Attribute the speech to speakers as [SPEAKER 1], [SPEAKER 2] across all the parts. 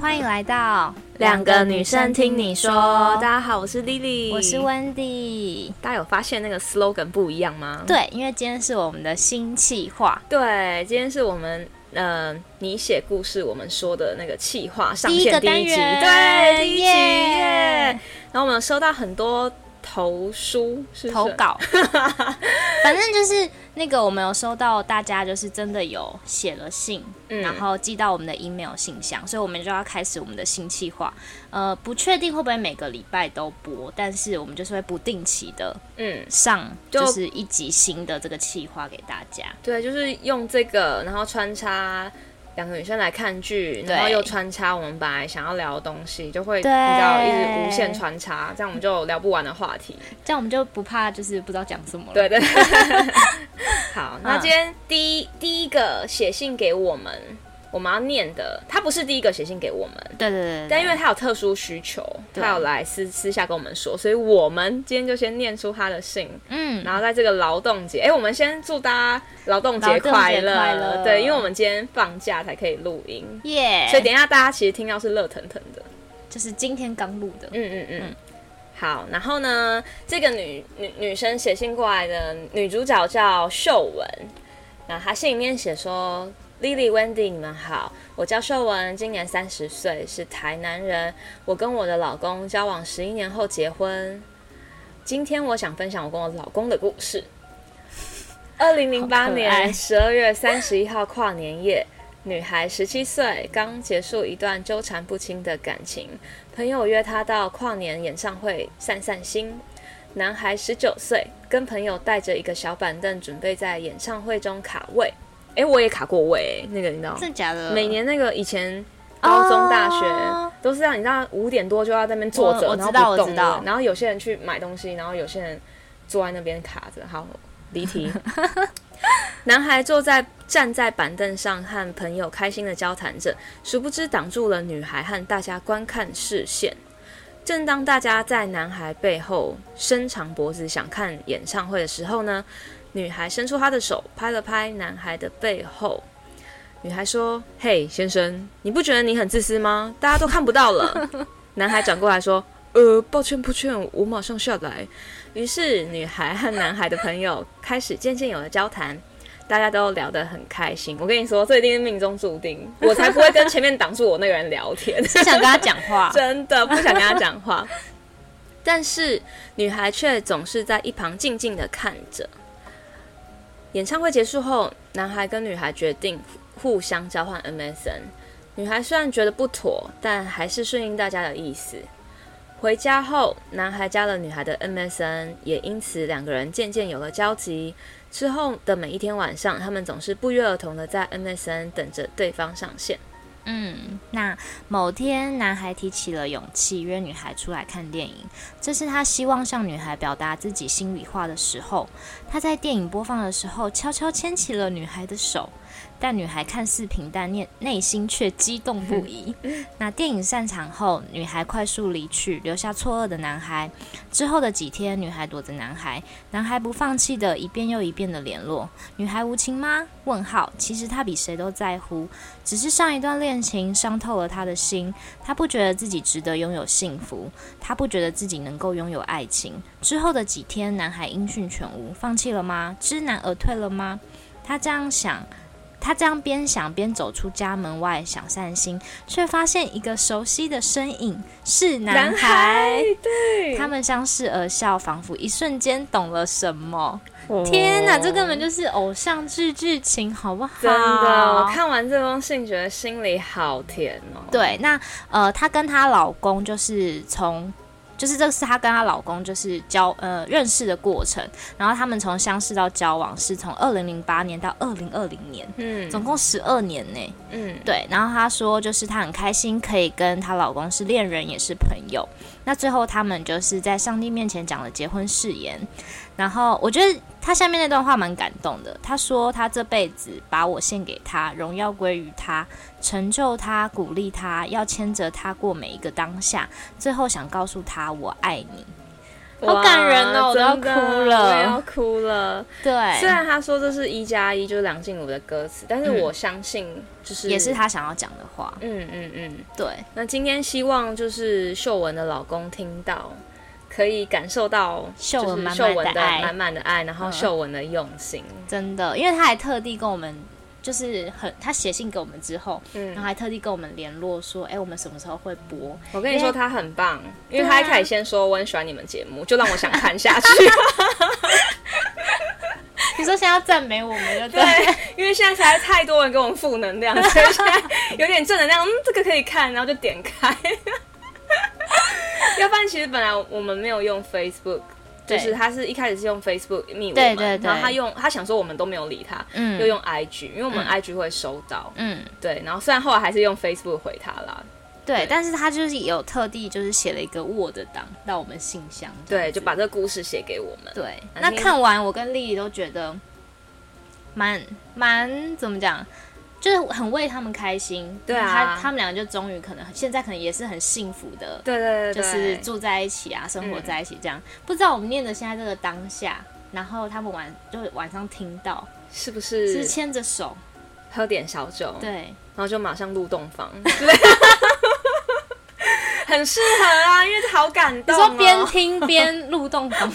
[SPEAKER 1] 欢迎来到
[SPEAKER 2] 两个女生听你说，大家好，我是 Lily，
[SPEAKER 1] 我是 Wendy。
[SPEAKER 2] 大家有发现那个 slogan 不一样吗？
[SPEAKER 1] 对，因为今天是我们的新企划，
[SPEAKER 2] 对，今天是我们呃，你写故事我们说的那个企划上
[SPEAKER 1] 第一个
[SPEAKER 2] 线第
[SPEAKER 1] 单
[SPEAKER 2] 一集，
[SPEAKER 1] 元
[SPEAKER 2] 对，第一集
[SPEAKER 1] 耶
[SPEAKER 2] 耶。然后我们有收到很多投书，是不是
[SPEAKER 1] 投， 稿。反正就是那个，我们有收到大家就是真的有写了信，
[SPEAKER 2] 嗯
[SPEAKER 1] 然后寄到我们的 email 信箱，所以我们就要开始我们的新企划。呃，不确定会不会每个礼拜都播，但是我们就是会不定期的
[SPEAKER 2] 嗯，
[SPEAKER 1] 上，
[SPEAKER 2] 就
[SPEAKER 1] 就是一集新的这个企划给大家。
[SPEAKER 2] 对，就是用这个，然后穿插。两个女生来看剧，然后
[SPEAKER 1] 对
[SPEAKER 2] 又穿插我们本来想要聊的东西，就会比
[SPEAKER 1] 对
[SPEAKER 2] 较一直无限穿插，这样我们就有聊不完的话题。
[SPEAKER 1] 这样我们就不怕就是不知道讲什么了。
[SPEAKER 2] 对对。好，那今天第一、第一个写信给我们，我们要念的，他不是第一个写信给我们，
[SPEAKER 1] 对对对对
[SPEAKER 2] 但
[SPEAKER 1] 对，
[SPEAKER 2] 因为他有特殊需求，
[SPEAKER 1] 对
[SPEAKER 2] 他有来私私下跟我们说，所以我们今天就先念出他的信。
[SPEAKER 1] 嗯，
[SPEAKER 2] 然后在这个劳动节，哎、我们先祝大家劳动
[SPEAKER 1] 劳
[SPEAKER 2] 节
[SPEAKER 1] 动节
[SPEAKER 2] 快乐！
[SPEAKER 1] 快乐
[SPEAKER 2] 对，因为我们今天放假才可以录音，
[SPEAKER 1] 耶、
[SPEAKER 2] 所以等一下大家其实听到是热腾腾的。
[SPEAKER 1] 就是今天刚录的，
[SPEAKER 2] 嗯嗯嗯。好，然后呢，这个女女女生写信过来的女主角叫秀文，那她信里面写说：“Lily、Wendy，你们好，我叫秀文，今年三十岁，是台南人。我跟我的老公交往十一年后结婚。今天我想分享我跟我老公的故事。二零零
[SPEAKER 1] 好
[SPEAKER 2] 八
[SPEAKER 1] 可爱
[SPEAKER 2] 年十二月三十一号跨年夜，女孩十七岁，刚结束一段纠缠不清的感情。朋友约她到跨年演唱会散散心。男孩十九岁，跟朋友带着一个小板凳，准备在演唱会中卡位。诶，我也卡过位、那个你知道吗？
[SPEAKER 1] 真的假的？
[SPEAKER 2] 每年那个以前高中、大学、
[SPEAKER 1] 哦
[SPEAKER 2] 都是这样，你知道五点多就要在那边坐
[SPEAKER 1] 我
[SPEAKER 2] 着，
[SPEAKER 1] 哦我
[SPEAKER 2] 然
[SPEAKER 1] 知
[SPEAKER 2] 后
[SPEAKER 1] 道
[SPEAKER 2] 不
[SPEAKER 1] 我
[SPEAKER 2] 动
[SPEAKER 1] 知道
[SPEAKER 2] 的然后有些人去买东西，然后有些人坐在那边卡着。好，离 题。男孩坐在站在板凳上和朋友开心的交谈着，殊不知挡住了女孩和大家观看视线。正当大家在男孩背后伸长脖子想看演唱会的时候呢，女孩伸出她的手拍了拍男孩的背后。女孩说：“嘿，先生，你不觉得你很自私吗？大家都看不到了。”男孩转过来说：“呃，抱歉，抱歉，我马上下来。”于是，女孩和男孩的朋友开始渐渐有了交谈，大家都聊得很开心。我跟你说，这一定是命中注定，我才不会跟前面挡住我那个人聊天。，
[SPEAKER 1] 不想跟他讲话
[SPEAKER 2] 真的不想跟他讲话。 但是女孩却总是在一旁静静的看着。演唱会结束后，男孩跟女孩决定互相交换 MSN。女孩虽然觉得不妥，但还是顺应大家的意思。回家后，男孩加了女孩的 MSN，也因此两个人渐渐有了交集。之后的每一天晚上，他们总是不约而同的在 MSN 等着对方上线。
[SPEAKER 1] 嗯，那某天，男孩提起了勇气约女孩出来看电影，这是他希望向女孩表达自己心里话的时候。他在电影播放的时候，悄悄牵起了女孩的手，但女孩看似平淡，内内心却激动不已。那电影散场后，女孩快速离去，留下错愕的男孩。之后的几天，女孩躲着男孩，男孩不放弃的一遍又一遍的联络。女孩无情吗？问号。其实他比谁都在乎，只是上一段恋情伤透了他的心，他不觉得自己值得拥有幸福，他不觉得自己能够拥有爱情。之后的几天，男孩音讯全无，放弃了吗？知难而退了吗？他这样想。他这样边想边走出家门外，想散心，却发现一个熟悉的身影，是男孩。
[SPEAKER 2] 对
[SPEAKER 1] 他们相视而笑，仿佛一瞬间懂了什么。天哪，这根本就是偶像剧剧情，好不好？
[SPEAKER 2] 真的，我看完这封信，觉得心里好甜哦。
[SPEAKER 1] 对，那呃，她跟她老公就是从，就是这是她跟她老公就是交呃认识的过程，然后他们从相识到交往是从二零零八年到二零二零年，
[SPEAKER 2] 嗯，
[SPEAKER 1] 总共十二年呢、
[SPEAKER 2] 嗯
[SPEAKER 1] 对，然后她说，就是她很开心可以跟她老公是恋人也是朋友。那最后他们就是在上帝面前讲了结婚誓言。然后我觉得她下面那段话蛮感动的。她说她这辈子把我献给他，荣耀归于他，成就他，鼓励他，要牵着他过每一个当下。最后想告诉他，我爱你。好感人哦
[SPEAKER 2] 哇
[SPEAKER 1] 我都要
[SPEAKER 2] 真的
[SPEAKER 1] 哭了哎
[SPEAKER 2] 我也要哭了。
[SPEAKER 1] 对，
[SPEAKER 2] 虽然他说这是一加一，就是梁静茹的歌词，但是我相信就是、
[SPEAKER 1] 嗯也是。他想要讲的话。
[SPEAKER 2] 嗯嗯嗯。
[SPEAKER 1] 对，
[SPEAKER 2] 那今天希望就是秀文的老公听到，可以感受到
[SPEAKER 1] 秀文
[SPEAKER 2] 就是
[SPEAKER 1] 满满的
[SPEAKER 2] 秀文的
[SPEAKER 1] 爱
[SPEAKER 2] 满满的爱，然后
[SPEAKER 1] 嗯
[SPEAKER 2] 秀文的用心。
[SPEAKER 1] 真的，因为他还特地跟我们，就是很他写信给我们之后，
[SPEAKER 2] 嗯
[SPEAKER 1] 然后还特地跟我们联络说，哎、我们什么时候会播？
[SPEAKER 2] 我跟
[SPEAKER 1] 因
[SPEAKER 2] 你
[SPEAKER 1] 为
[SPEAKER 2] 说，他很棒，因为
[SPEAKER 1] 对
[SPEAKER 2] 他
[SPEAKER 1] 啊
[SPEAKER 2] 一开始先说我很喜欢你们节目，就让我想看 下去。
[SPEAKER 1] 你说现在要赞美我们就对，
[SPEAKER 2] 对，因为现在实在太多人给我们负能量， 所以现在有点正能量，嗯，这个可以看，然后就点开。 要不然，其实本来我们没有用 Facebook，就
[SPEAKER 1] 对
[SPEAKER 2] 是他是一开始是用 Facebook 密我们，
[SPEAKER 1] 对对对
[SPEAKER 2] 然后他用他想说我们都没有理他，
[SPEAKER 1] 嗯
[SPEAKER 2] 又用 IG，因为我们 IG 会收到，
[SPEAKER 1] 嗯，
[SPEAKER 2] 对，然后虽然后来还是用 Facebook 回他啦，
[SPEAKER 1] 对，但是他就是有特地就是写了一个 Word 档到我们信箱这样
[SPEAKER 2] 对，
[SPEAKER 1] 子，
[SPEAKER 2] 就把这个故事写给我们，
[SPEAKER 1] 对。
[SPEAKER 2] 那
[SPEAKER 1] 那
[SPEAKER 2] 今天
[SPEAKER 1] 看完我跟丽丽都觉得蛮蛮怎么讲，就是很为他们开心。
[SPEAKER 2] 对啊
[SPEAKER 1] 他他们两个就终于可能现在可能也是很幸福的，
[SPEAKER 2] 对对
[SPEAKER 1] 就
[SPEAKER 2] 对对，嗯
[SPEAKER 1] 是住在一起啊，生活在一起这样。不知道我们念的现在这个当下，然后他们晚就是晚上听到
[SPEAKER 2] 是不
[SPEAKER 1] 是
[SPEAKER 2] 是哦
[SPEAKER 1] 牵着手，
[SPEAKER 2] 喝点小酒？
[SPEAKER 1] 对，
[SPEAKER 2] 然后就马上入洞房，对， 很适合啊，因为好感
[SPEAKER 1] 你
[SPEAKER 2] 动、
[SPEAKER 1] 说
[SPEAKER 2] 哦。
[SPEAKER 1] 边听边入洞房。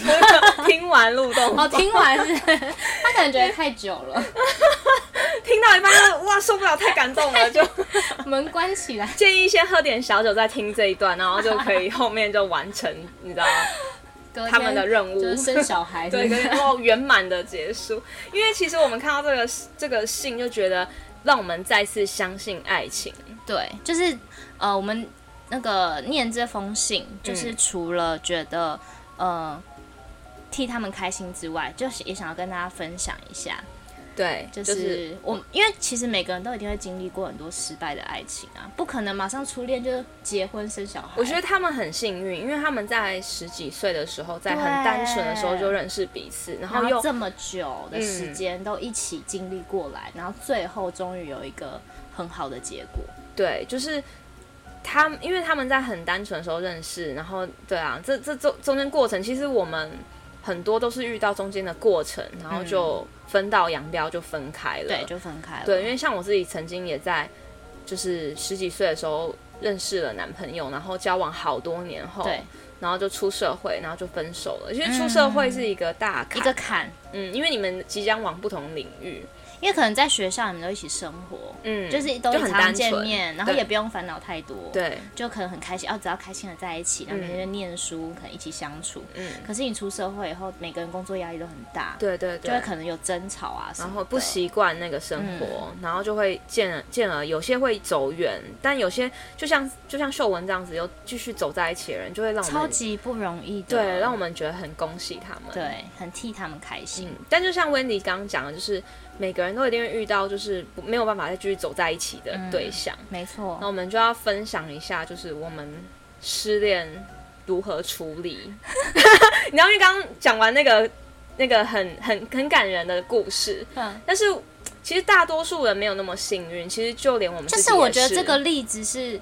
[SPEAKER 2] 听完入洞
[SPEAKER 1] 哦，
[SPEAKER 2] 房，
[SPEAKER 1] 听完 是，他可能觉得太久了，
[SPEAKER 2] 听到一半就哇受不了，太感动了， 就
[SPEAKER 1] 门关起来。
[SPEAKER 2] 建议先喝点小酒再听这一段，然后就可以后面就完成，你知道吗？
[SPEAKER 1] 隔天
[SPEAKER 2] 他们的任务
[SPEAKER 1] 就是生小孩，是
[SPEAKER 2] 对，
[SPEAKER 1] 不
[SPEAKER 2] 跟
[SPEAKER 1] 是
[SPEAKER 2] 然后哦圆满的结束。因为其实我们看到这个这个信，就觉得让我们再次相信爱情。
[SPEAKER 1] 对，就是呃，我们那个念这封信，
[SPEAKER 2] 嗯
[SPEAKER 1] 就是除了觉得、呃替他们开心之外，就是也想要跟大家分享一下，
[SPEAKER 2] 对，
[SPEAKER 1] 就、
[SPEAKER 2] 就是
[SPEAKER 1] 我，因为其实每个人都一定会经历过很多失败的爱情啊，不可能马上初恋就结婚生小孩。啊
[SPEAKER 2] 我觉得他们很幸运，因为他们在十几岁的时候，在很单纯的时候就认识彼此，然
[SPEAKER 1] 然
[SPEAKER 2] 后
[SPEAKER 1] 后
[SPEAKER 2] 又
[SPEAKER 1] 这么久的时间都一起经历过来，然后最后终于有一个很好的结果。
[SPEAKER 2] 对，就是他们，因为他们在很单纯的时候认识，然后对啊，这这中中间过程，其实我们很多都是遇到中间的过程，然后就分道扬镳，就分开了。
[SPEAKER 1] 嗯对，就分开了。
[SPEAKER 2] 对，因为像我自己曾经也在，就是十几岁的时候认识了男朋友，然后交往好多年后，
[SPEAKER 1] 对
[SPEAKER 2] 然后就出社会，然后就分手了。其实出社会是一个大坎，
[SPEAKER 1] 嗯一个坎，
[SPEAKER 2] 嗯，因为你们即将往不同领域，
[SPEAKER 1] 因为可能在学校你们都一起生活，
[SPEAKER 2] 嗯，
[SPEAKER 1] 就是都
[SPEAKER 2] 就
[SPEAKER 1] 很
[SPEAKER 2] 很
[SPEAKER 1] 常
[SPEAKER 2] 单
[SPEAKER 1] 见
[SPEAKER 2] 纯
[SPEAKER 1] 面，然后
[SPEAKER 2] 对
[SPEAKER 1] 也不用烦恼太多，，
[SPEAKER 2] 对，
[SPEAKER 1] 就可能很开心，哦，只要开心的在一起，然后每天就念书，可能一起相处。
[SPEAKER 2] 嗯，
[SPEAKER 1] 可是你出社会以后，每个人工作压力都很大，，
[SPEAKER 2] 对对
[SPEAKER 1] 就
[SPEAKER 2] 对
[SPEAKER 1] 会。可能有争吵啊什么
[SPEAKER 2] 然
[SPEAKER 1] 的，嗯
[SPEAKER 2] 后不习惯那个生活，然后就会见见了，有些会走远，但有些就像就像秀文这样子，又继续走在一起的人，就会让我们
[SPEAKER 1] 超级不容易的，
[SPEAKER 2] 对，让我们觉得很恭喜他们。，
[SPEAKER 1] 对很替他们开心，
[SPEAKER 2] 嗯，但就像温迪刚刚讲的，就是每个人都一定会遇到，就是不没有办法再继续走在一起
[SPEAKER 1] 嗯
[SPEAKER 2] 的对象。
[SPEAKER 1] 没错
[SPEAKER 2] 那、，我们就要分享一下，就是我们失恋如何处 理。你知道，因为刚刚讲完那个那个很很很感人的故事，
[SPEAKER 1] 嗯。
[SPEAKER 2] 但是其实大多数人没有那么幸运，其实就连我们
[SPEAKER 1] 就
[SPEAKER 2] 自己
[SPEAKER 1] 是我
[SPEAKER 2] 也
[SPEAKER 1] 觉得这个，例子是，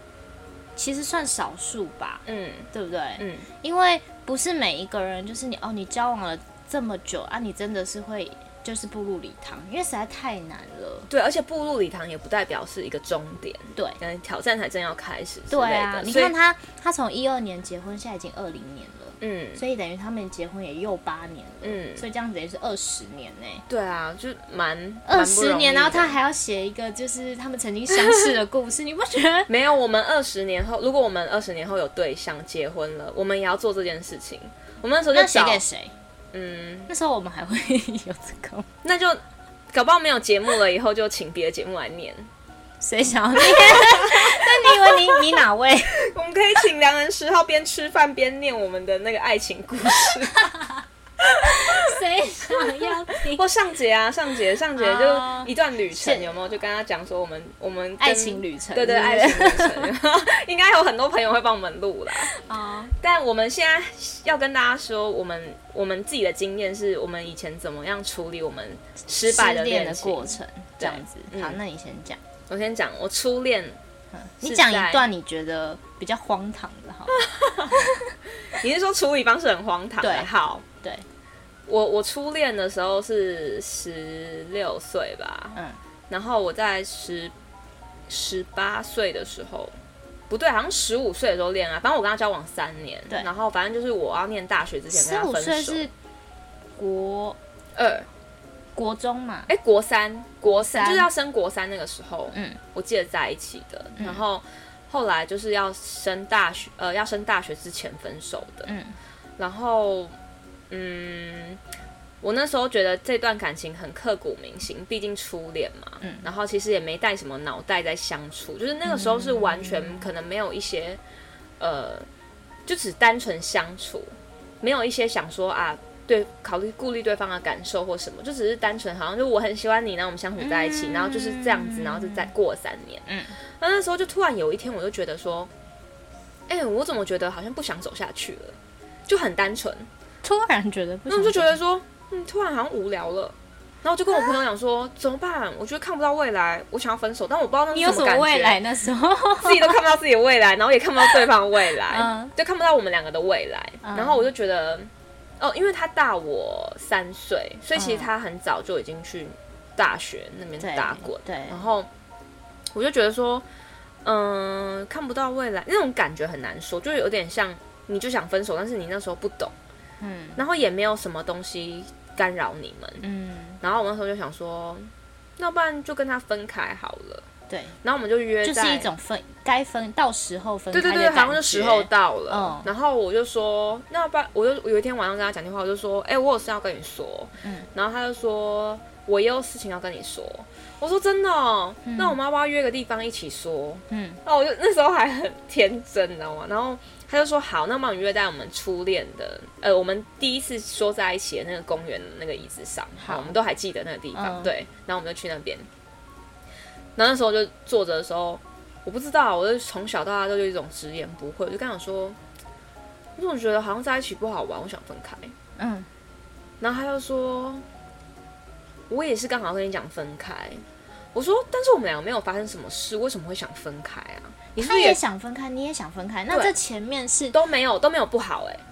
[SPEAKER 1] 其实算少数吧，
[SPEAKER 2] 嗯
[SPEAKER 1] 对不对？
[SPEAKER 2] 嗯，
[SPEAKER 1] 因为不是每一个人，就是你哦，你交往了这么久啊，你真的是会就是步入礼堂，因为实在太难了。
[SPEAKER 2] 对，而且步入礼堂也不代表是一个终点，
[SPEAKER 1] 对
[SPEAKER 2] 可能挑战才正要开始之类的。
[SPEAKER 1] 对啊，你
[SPEAKER 2] 所以
[SPEAKER 1] 看他，他从一二年结婚，现在已经二零年了，
[SPEAKER 2] 嗯
[SPEAKER 1] 所以等于他们结婚也又八年了，
[SPEAKER 2] 嗯，
[SPEAKER 1] 所以这样等于是二十年呢、
[SPEAKER 2] 对啊，就蛮
[SPEAKER 1] 二
[SPEAKER 2] 蛮不
[SPEAKER 1] 十
[SPEAKER 2] 容易
[SPEAKER 1] 年，然后
[SPEAKER 2] 的
[SPEAKER 1] 他还要写一个就是他们曾经相识的故事，你 不觉得？
[SPEAKER 2] 没有，我们二十年后，如果我们二十年后有对象结婚了，我们也要做这件事情。我 们那时候
[SPEAKER 1] 那
[SPEAKER 2] 就
[SPEAKER 1] 写
[SPEAKER 2] 找，
[SPEAKER 1] 给谁？
[SPEAKER 2] 嗯，
[SPEAKER 1] 那时候我们还会 有这个吗？
[SPEAKER 2] 那就搞不好没有节目了，以后就请别的节目来念。
[SPEAKER 1] 谁想要念？那你以为你你哪 位？
[SPEAKER 2] 我们可以请良人十号边吃饭边念我们的那个爱情故事，
[SPEAKER 1] 谁想要听？
[SPEAKER 2] 或上节啊，上节上节
[SPEAKER 1] 哦
[SPEAKER 2] 就一段旅程
[SPEAKER 1] 是
[SPEAKER 2] 有没有？就跟他讲说我们我们跟
[SPEAKER 1] 爱情旅程，
[SPEAKER 2] 对对
[SPEAKER 1] 是不是
[SPEAKER 2] 爱情旅程， 应该有很多朋友会帮我们录啦。
[SPEAKER 1] 哦，
[SPEAKER 2] 但我们现在要跟大家说，我们我们自己的经验是我们以前怎么样处理我们失败
[SPEAKER 1] 失恋
[SPEAKER 2] 恋
[SPEAKER 1] 的
[SPEAKER 2] 情
[SPEAKER 1] 过。程这样子。
[SPEAKER 2] 嗯
[SPEAKER 1] 好，那你先讲。
[SPEAKER 2] 我先讲，我初恋
[SPEAKER 1] 你
[SPEAKER 2] 是
[SPEAKER 1] 讲
[SPEAKER 2] 在
[SPEAKER 1] 一段你觉得比较荒唐的， 好了，
[SPEAKER 2] 你是说处理方式很荒唐？
[SPEAKER 1] 对
[SPEAKER 2] 好，
[SPEAKER 1] 对，
[SPEAKER 2] 我我初恋的时候是十六岁吧，
[SPEAKER 1] 嗯，
[SPEAKER 2] 然后我在十十八岁的时候，不对，好像十五岁的时候恋爱，反正我跟他交往三年，
[SPEAKER 1] 对
[SPEAKER 2] 然后反正就是我要念大学之前
[SPEAKER 1] 十
[SPEAKER 2] 跟
[SPEAKER 1] 五
[SPEAKER 2] 他
[SPEAKER 1] 岁
[SPEAKER 2] 分手，
[SPEAKER 1] 是国
[SPEAKER 2] 二，
[SPEAKER 1] 国中嘛，
[SPEAKER 2] 哎，国三，国三
[SPEAKER 1] 三
[SPEAKER 2] 就是要升国三那个时候，
[SPEAKER 1] 嗯，
[SPEAKER 2] 我记得在一起的，然后后来就是要升大学，呃，要升大学之前分手的，
[SPEAKER 1] 嗯，
[SPEAKER 2] 然后，嗯，我那时候觉得这段感情很刻骨铭心，毕竟初恋嘛，
[SPEAKER 1] 嗯
[SPEAKER 2] 然后其实也没带什么脑袋在相处，就是那个时候是完全可能没有一些，呃，就只单纯相处，没有一些想说啊。对，考虑顾虑对方的感受或什么，就只是单纯好像就我很喜欢你，然后我们相处在一起，然后就是这样子，然后就再过三年。
[SPEAKER 1] 嗯，
[SPEAKER 2] 那那时候就突然有一天，我就觉得说，哎、我怎么觉得好像不想走下去了，就很单纯。
[SPEAKER 1] 突然觉得不
[SPEAKER 2] 那
[SPEAKER 1] 想啊
[SPEAKER 2] 我就觉得
[SPEAKER 1] 走
[SPEAKER 2] 说，嗯，突然好像无聊了。然后我就跟我朋友讲说，怎么办？我觉得看不到未来，我想要分手，但我不知道那
[SPEAKER 1] 你
[SPEAKER 2] 是
[SPEAKER 1] 有
[SPEAKER 2] 什
[SPEAKER 1] 什
[SPEAKER 2] 么感
[SPEAKER 1] 么
[SPEAKER 2] 觉，
[SPEAKER 1] 未来那时候，
[SPEAKER 2] 自己都看不到自己的未来，然后也看不到对方的未 来，
[SPEAKER 1] 嗯
[SPEAKER 2] 就看不到我们两个的未来。
[SPEAKER 1] 嗯
[SPEAKER 2] 然后我就觉得，哦，因为他大我三岁，所以其实
[SPEAKER 1] 嗯
[SPEAKER 2] 他很早就已经去大学那边
[SPEAKER 1] 对
[SPEAKER 2] 打滚，
[SPEAKER 1] 对
[SPEAKER 2] 然后我就觉得说，嗯、看不到未来那种感觉很难说，就是有点像你就想分手，但是你那时候不懂，
[SPEAKER 1] 嗯
[SPEAKER 2] 然后也没有什么东西干扰你们，
[SPEAKER 1] 嗯，
[SPEAKER 2] 然后我那时候就想说，要不然就跟他分开好了。
[SPEAKER 1] 对，
[SPEAKER 2] 然后我们就约
[SPEAKER 1] 就
[SPEAKER 2] 在，
[SPEAKER 1] 是一种分该分到时候分
[SPEAKER 2] 对对
[SPEAKER 1] 开
[SPEAKER 2] 对，
[SPEAKER 1] 的
[SPEAKER 2] 好像
[SPEAKER 1] 感
[SPEAKER 2] 是时
[SPEAKER 1] 觉
[SPEAKER 2] 候到了。
[SPEAKER 1] 嗯
[SPEAKER 2] 然后我就说，那要不然我就我有一天晚上跟他讲电话，我就说，哎、我有事要跟你说。
[SPEAKER 1] 嗯
[SPEAKER 2] 然后他就说，我也有事情要跟你说。我说真的、哦，那我们要不要约个地方一起说？
[SPEAKER 1] 嗯
[SPEAKER 2] 那我就哦那时候还很天真，你知道吗？然后他就说好，那么我们约在我们初恋的，呃，我们第一次说在一起的那个公园的那个椅子上。好，
[SPEAKER 1] 好
[SPEAKER 2] 我们都还记得那个地方，
[SPEAKER 1] 嗯
[SPEAKER 2] 对。然后我们就去那边，然后那时候就坐着的时候，我不知道，我就从小到大都有一种直言不讳，我就跟他讲说，我总觉得好像在一起不好玩，我想分开。
[SPEAKER 1] 嗯，
[SPEAKER 2] 然后他就说，我也是刚好跟你讲分开。我说，但是我们两个没有发生什么事，为什么会想分开啊？你是
[SPEAKER 1] 他
[SPEAKER 2] 不是
[SPEAKER 1] 也
[SPEAKER 2] 也
[SPEAKER 1] 想分开，你也想分开，那
[SPEAKER 2] 对
[SPEAKER 1] 这前面是
[SPEAKER 2] 都没有都没有不好哎、
[SPEAKER 1] 嗯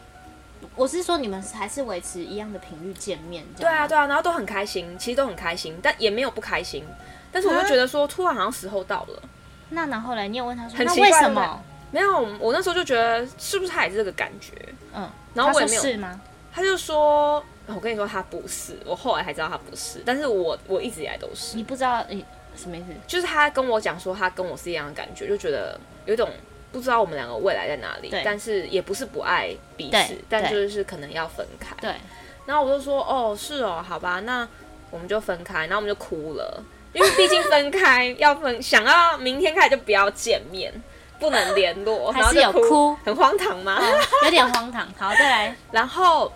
[SPEAKER 1] 我是说你们还是维持一样的频率见面，这
[SPEAKER 2] 对
[SPEAKER 1] 样
[SPEAKER 2] 啊
[SPEAKER 1] 吗，
[SPEAKER 2] 对啊，然后都很开心，其实都很开心，但也没有不开心。但是我就
[SPEAKER 1] 啊
[SPEAKER 2] 觉得说，突然好像时候到了。
[SPEAKER 1] 那然后来，你有问他说，
[SPEAKER 2] 很
[SPEAKER 1] 那
[SPEAKER 2] 奇
[SPEAKER 1] 为
[SPEAKER 2] 怪
[SPEAKER 1] 什
[SPEAKER 2] 对不对
[SPEAKER 1] 么？
[SPEAKER 2] 没有，我那时候就觉得是不是他也是这个感觉？
[SPEAKER 1] 嗯，
[SPEAKER 2] 然后
[SPEAKER 1] 他
[SPEAKER 2] 我也
[SPEAKER 1] 说
[SPEAKER 2] 没有，
[SPEAKER 1] 是吗？
[SPEAKER 2] 他就说，哦我跟你说他不是，我后来才知道他不是，但是我我一直以来都是
[SPEAKER 1] 你，不知道你什么意思？
[SPEAKER 2] 就是他跟我讲说他跟我是一样的感觉，就觉得有一种不知道我们两个未来在哪里
[SPEAKER 1] 对，
[SPEAKER 2] 但是也不是不爱彼此
[SPEAKER 1] 对，
[SPEAKER 2] 但
[SPEAKER 1] 对
[SPEAKER 2] 就是可能要分开。
[SPEAKER 1] 对，
[SPEAKER 2] 然后我就说，哦，是哦，好吧，那我们就分开，然后我们就哭了，因为毕竟分开要分，想要明天开始就不要见面，不能联络，
[SPEAKER 1] 还
[SPEAKER 2] 然后
[SPEAKER 1] 是
[SPEAKER 2] 就
[SPEAKER 1] 有
[SPEAKER 2] 哭
[SPEAKER 1] 哭，
[SPEAKER 2] 很荒唐吗？
[SPEAKER 1] 哦 有点荒唐。好，再 来，
[SPEAKER 2] 然后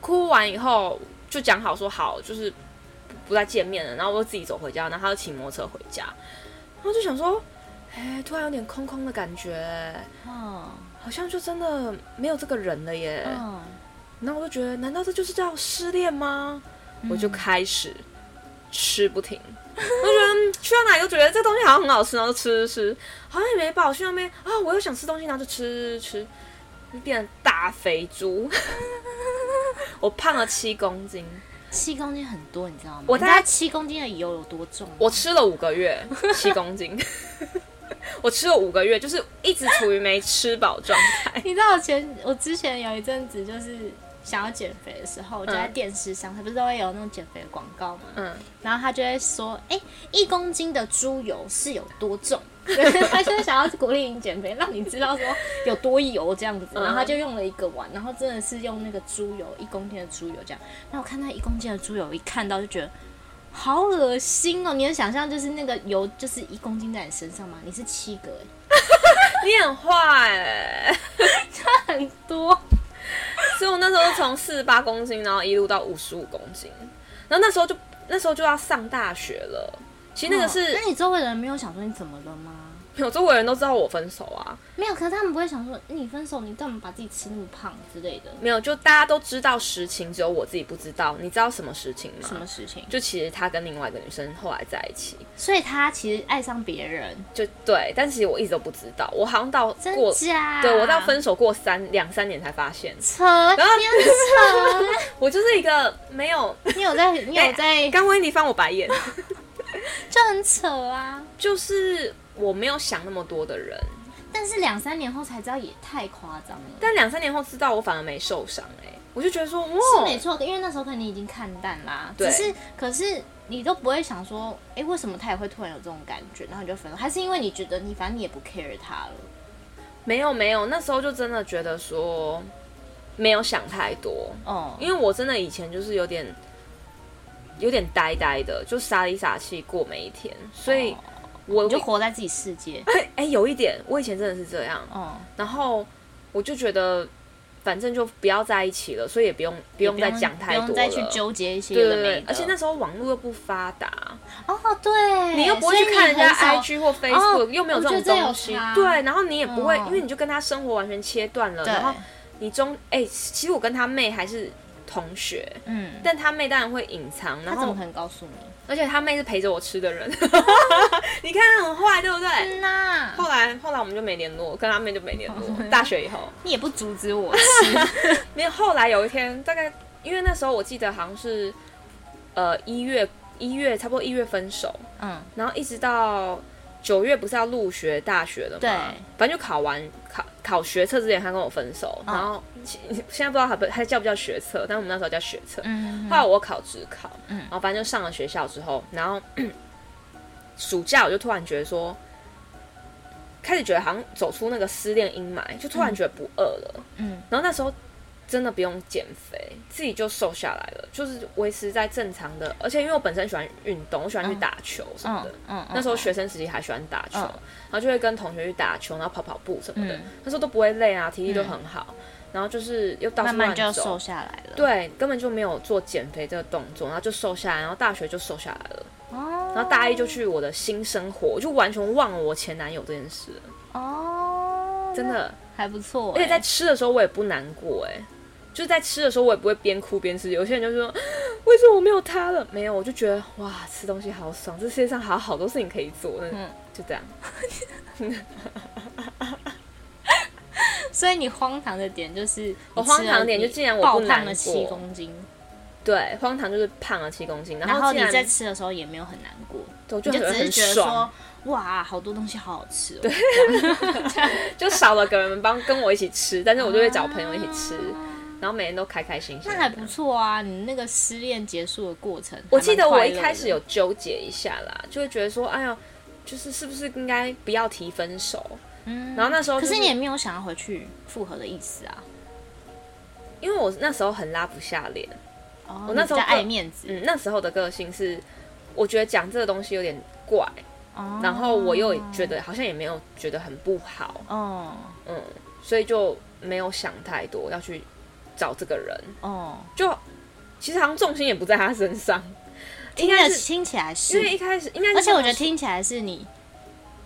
[SPEAKER 2] 哭完以后就讲好说好，就是不不再见面了，然后我就自己走回家，然后他就骑摩托车回家，然后就想说，哎，突然有点空空的感觉，
[SPEAKER 1] 哦，
[SPEAKER 2] 好像就真的没有这个人了耶。
[SPEAKER 1] 嗯，
[SPEAKER 2] 然后我就觉得，难道这就是叫失恋吗？我就开始吃不停，我就觉得嗯去到哪里都觉得这东西好像很好吃，然后就吃吃吃，好像也没饱。去那边啊，我又想吃东西，然后就吃吃吃，就变成大肥猪。 我胖了七公斤，
[SPEAKER 1] 七公斤很多，你知道吗？
[SPEAKER 2] 我
[SPEAKER 1] 你知
[SPEAKER 2] 大概
[SPEAKER 1] 道七公斤的油有多重吗？
[SPEAKER 2] 我吃了五个月，七公斤。 我吃了五个月，就是一直处于没吃饱状态。
[SPEAKER 1] 你知道我前我之前有一阵子就是想要减肥的时候，我就在
[SPEAKER 2] 嗯
[SPEAKER 1] 电视上，它不是都会有那种减肥的广告吗？
[SPEAKER 2] 嗯，
[SPEAKER 1] 然后他就会说：“哎、一公斤的猪油是有多重？” 对，他就是想要鼓励你减肥，让你知道说有多油这样子。
[SPEAKER 2] 嗯
[SPEAKER 1] 然后他就用了一个碗，然后真的是用那个猪油一公斤的猪油这样。那我看到一公斤的猪油，一看到就觉得好恶心哦！你能想象就是那个油就是一公斤在你身上吗？你是七个、
[SPEAKER 2] 你很坏、欸。
[SPEAKER 1] 哎，很 多。
[SPEAKER 2] 所以我那时候从四十八公斤，然后一路到五十五公斤，然后那时候就那时候就要上大学了。其实那个是、
[SPEAKER 1] 哦那你周围的人没有想说你怎么了吗？
[SPEAKER 2] 没有周围人都知道我分手啊，
[SPEAKER 1] 没有，可是他们不会想说你分手，你干嘛把自己吃那么胖之类的？
[SPEAKER 2] 没有，就大家都知道实情，只有我自己不知道。你知道什么实情吗？
[SPEAKER 1] 什么事情？
[SPEAKER 2] 就其实他跟另外一个女生后来在一起，
[SPEAKER 1] 所以他其实爱上别人，
[SPEAKER 2] 就对，但其实我一直都不知道，我好像到
[SPEAKER 1] 真
[SPEAKER 2] 过，
[SPEAKER 1] 假？
[SPEAKER 2] 对我到分手过三两三年才发现，
[SPEAKER 1] 扯，然
[SPEAKER 2] 后
[SPEAKER 1] 后
[SPEAKER 2] 我就是一个没有，
[SPEAKER 1] 扯，你有在，你有在，
[SPEAKER 2] 哎刚威你翻我白眼，
[SPEAKER 1] 就很扯啊！
[SPEAKER 2] 就是我没有想那么多的人，
[SPEAKER 1] 但是两三年后才知道，也太夸张了。
[SPEAKER 2] 但两三年后知道我反而没受伤，哎，我就觉得说，哇，
[SPEAKER 1] 是没错，因为那时候可能你已经看淡啦。
[SPEAKER 2] 对
[SPEAKER 1] 只是可是你都不会想说，哎、为什么他也会突然有这种感觉，然后你就分手？还是因为你觉得你反正你也不 care 他了？
[SPEAKER 2] 没有没有，那时候就真的觉得说没有想太多，
[SPEAKER 1] 哦，
[SPEAKER 2] 因为我真的以前就是有点有点呆呆的，就傻里傻气过每一天，所以
[SPEAKER 1] 哦
[SPEAKER 2] 我
[SPEAKER 1] 你就活在自己世界。
[SPEAKER 2] 哎、有一点，我以前真的是这样，
[SPEAKER 1] 哦，
[SPEAKER 2] 然后我就觉得反正就不要在一起了，所以也不用不
[SPEAKER 1] 也
[SPEAKER 2] 用再讲太
[SPEAKER 1] 嗯不用
[SPEAKER 2] 多了。
[SPEAKER 1] 再去纠结一些
[SPEAKER 2] 对
[SPEAKER 1] 有
[SPEAKER 2] 对
[SPEAKER 1] 的没
[SPEAKER 2] 对
[SPEAKER 1] 的，
[SPEAKER 2] 而且那时候网络又不发达，
[SPEAKER 1] 哦，对，
[SPEAKER 2] 你又不会去看人家 IG 或 Facebook，、
[SPEAKER 1] 哦
[SPEAKER 2] 又没有
[SPEAKER 1] 我
[SPEAKER 2] 这
[SPEAKER 1] 觉
[SPEAKER 2] 种
[SPEAKER 1] 得这有
[SPEAKER 2] 东西
[SPEAKER 1] 差，
[SPEAKER 2] 对，然后你也不会，
[SPEAKER 1] 嗯
[SPEAKER 2] 因为你就跟他生活完全切断了，
[SPEAKER 1] 对，
[SPEAKER 2] 然后你中哎、其实我跟他妹还是同学，
[SPEAKER 1] 嗯，
[SPEAKER 2] 但他妹当然会隐藏，
[SPEAKER 1] 他
[SPEAKER 2] 然
[SPEAKER 1] 怎么
[SPEAKER 2] 后
[SPEAKER 1] 可能告诉你？
[SPEAKER 2] 而且他妹是陪着我吃 的人，你看很坏，对不对？
[SPEAKER 1] 那
[SPEAKER 2] 后来后来我们就没联络，跟他妹就没联
[SPEAKER 1] 哦
[SPEAKER 2] 络。大学以后
[SPEAKER 1] 你也不阻止我吃，
[SPEAKER 2] 没有，后来有一天大概因为那时候我记得好像是呃一月一月差不多一月分手，
[SPEAKER 1] 嗯，
[SPEAKER 2] 然后一直到九月不是要入学大学了吗？
[SPEAKER 1] 对，
[SPEAKER 2] 反正就考完考考学测之前，他跟我分手，
[SPEAKER 1] 嗯
[SPEAKER 2] 然后其 现在不知道他不他叫不叫学测，但我们那时候叫学测。
[SPEAKER 1] 嗯，
[SPEAKER 2] 后来我考职考，
[SPEAKER 1] 嗯
[SPEAKER 2] 然后反正就上了学校之后，然后 暑假我就突然觉得说，开始觉得好像走出那个失恋阴霾，就突然觉得不饿了。
[SPEAKER 1] 嗯，
[SPEAKER 2] 然后那时候真的不用减肥，自己就瘦下来了，就是维持在正常的。而且因为我本身喜欢运动，我喜欢去
[SPEAKER 1] 嗯
[SPEAKER 2] 打球什么
[SPEAKER 1] 嗯
[SPEAKER 2] 的。
[SPEAKER 1] 嗯，
[SPEAKER 2] 那时候学生时期还喜欢打球，
[SPEAKER 1] 嗯
[SPEAKER 2] 然后就会跟同学去打球，然后跑跑步什么的。
[SPEAKER 1] 嗯
[SPEAKER 2] 那时候都不会累啊，体力都很好。然后就是又到处
[SPEAKER 1] 慢慢
[SPEAKER 2] 乱
[SPEAKER 1] 就要
[SPEAKER 2] 走，
[SPEAKER 1] 瘦下来了。，
[SPEAKER 2] 对，根本就没有做减肥这个动作，然后就瘦下来，然后大学就瘦下来了，
[SPEAKER 1] 哦，
[SPEAKER 2] 然后大一就去我的新生活，我就完全忘了我前男友这件事了，
[SPEAKER 1] 哦，
[SPEAKER 2] 真的。
[SPEAKER 1] 还不错
[SPEAKER 2] 而
[SPEAKER 1] 欸、
[SPEAKER 2] 且在吃的时候我也不难过、哎，就是在吃的时候我也不会边哭边吃。有些人就说 为什么我没有他了？没有，我就觉得哇，吃东西好爽，这世界上还有好多事情可以做，那
[SPEAKER 1] 嗯
[SPEAKER 2] 就这样。
[SPEAKER 1] 所以你荒唐的点就是你
[SPEAKER 2] 我荒
[SPEAKER 1] 吃了
[SPEAKER 2] 唐的点
[SPEAKER 1] 你
[SPEAKER 2] 就竟然我
[SPEAKER 1] 爆
[SPEAKER 2] 不
[SPEAKER 1] 胖
[SPEAKER 2] 难
[SPEAKER 1] 了七
[SPEAKER 2] 过
[SPEAKER 1] 公斤，
[SPEAKER 2] 对，荒唐就是胖了七公斤，然
[SPEAKER 1] 然
[SPEAKER 2] 后
[SPEAKER 1] 后
[SPEAKER 2] 竟
[SPEAKER 1] 你
[SPEAKER 2] 然
[SPEAKER 1] 在吃的时候也没有很难过，
[SPEAKER 2] 对我
[SPEAKER 1] 你
[SPEAKER 2] 就
[SPEAKER 1] 就只是
[SPEAKER 2] 很
[SPEAKER 1] 觉得
[SPEAKER 2] 爽
[SPEAKER 1] 说，哇，好多东西好好吃哦。对，
[SPEAKER 2] 就少了个人帮跟我一起吃，但是我就会找朋友一起吃，然后每天都开开心 心
[SPEAKER 1] 啊那
[SPEAKER 2] 的。
[SPEAKER 1] 还不错啊。你那个失恋结束的过程，
[SPEAKER 2] 我记得我一
[SPEAKER 1] 还蛮快乐的
[SPEAKER 2] 开始有纠结一下啦，就会觉得说，哎呀，就是是不是应该不要提分手？
[SPEAKER 1] 嗯
[SPEAKER 2] 然后那时候就
[SPEAKER 1] 可
[SPEAKER 2] 是
[SPEAKER 1] 是你也没有想要回去复合的意思啊。
[SPEAKER 2] 因为我那时候很拉不下脸，
[SPEAKER 1] 哦，
[SPEAKER 2] 我那时候
[SPEAKER 1] 你比较爱面子，
[SPEAKER 2] 嗯，那时候的个性是，我觉得讲这个东西有点怪，
[SPEAKER 1] 哦
[SPEAKER 2] 然后我又觉得好像也没有觉得很不好，
[SPEAKER 1] 哦
[SPEAKER 2] 嗯，所以就没有想太多要去找这个人，
[SPEAKER 1] 哦，
[SPEAKER 2] 就其实好像重心也不在他身上，应
[SPEAKER 1] 听
[SPEAKER 2] 该
[SPEAKER 1] 着
[SPEAKER 2] 是
[SPEAKER 1] 听起来
[SPEAKER 2] 因
[SPEAKER 1] 是
[SPEAKER 2] 为一开始应该是
[SPEAKER 1] 而且我
[SPEAKER 2] 说
[SPEAKER 1] 觉得听起来是你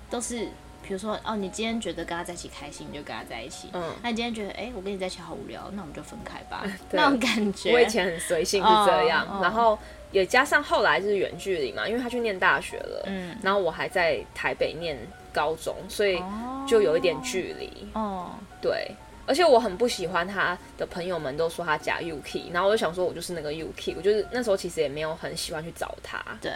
[SPEAKER 1] 都是，比如说哦，你今天觉得跟他在一起开心，你就跟他在一起。
[SPEAKER 2] 嗯
[SPEAKER 1] 那你今天觉得，哎、我跟你在一起好无聊，那我们就分开吧，
[SPEAKER 2] 对
[SPEAKER 1] 那种感觉。
[SPEAKER 2] 我以前很随性是这样，
[SPEAKER 1] 哦哦
[SPEAKER 2] 然后也加上后来是远距离嘛，因为他去念大学了，
[SPEAKER 1] 嗯
[SPEAKER 2] 然后我还在台北念高中，所以
[SPEAKER 1] 哦
[SPEAKER 2] 就有一点距离。
[SPEAKER 1] 哦，
[SPEAKER 2] 对，而且我很不喜欢他的朋友们都说他假 UK，然后我就想说我就是那个 UK，我就是那时候其实也没有很喜欢去找他。
[SPEAKER 1] 对，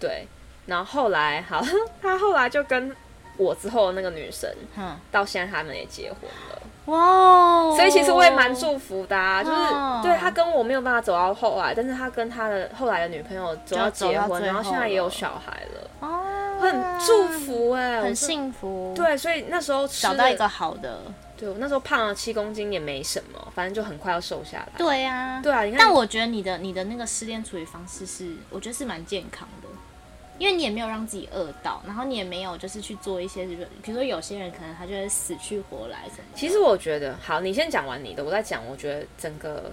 [SPEAKER 2] 对，然后后来好， 他后来就跟我之后的那个女生，
[SPEAKER 1] 嗯，
[SPEAKER 2] 到现在他们也结婚了。
[SPEAKER 1] 哇哦，
[SPEAKER 2] 所以其实我也蛮祝福的、啊，就是、
[SPEAKER 1] 哦
[SPEAKER 2] 对他跟我没有办法走到后来，但是他跟他的后来的女朋友走到
[SPEAKER 1] 就走
[SPEAKER 2] 结
[SPEAKER 1] 到
[SPEAKER 2] 婚，
[SPEAKER 1] 最
[SPEAKER 2] 然后现在也有
[SPEAKER 1] 后了
[SPEAKER 2] 小孩了，
[SPEAKER 1] 哦，
[SPEAKER 2] 很祝，福哎、我
[SPEAKER 1] 很
[SPEAKER 2] 是
[SPEAKER 1] 幸福，，
[SPEAKER 2] 对，所以那时候吃
[SPEAKER 1] 找
[SPEAKER 2] 的
[SPEAKER 1] 到一个，好的，
[SPEAKER 2] 对我那时候胖了七公斤也没什么，反正就很快要瘦下来。
[SPEAKER 1] 对啊，
[SPEAKER 2] 对啊，你看，
[SPEAKER 1] 但我觉得你的你的那个失恋处理方式是，我觉得是蛮健康的，因为你也没有让自己饿到，然后你也没有就是去做一些，比如说有些人可能他就会死去活来什么的。
[SPEAKER 2] 其实我觉得，好，你先讲完你的，我再讲。我觉得整个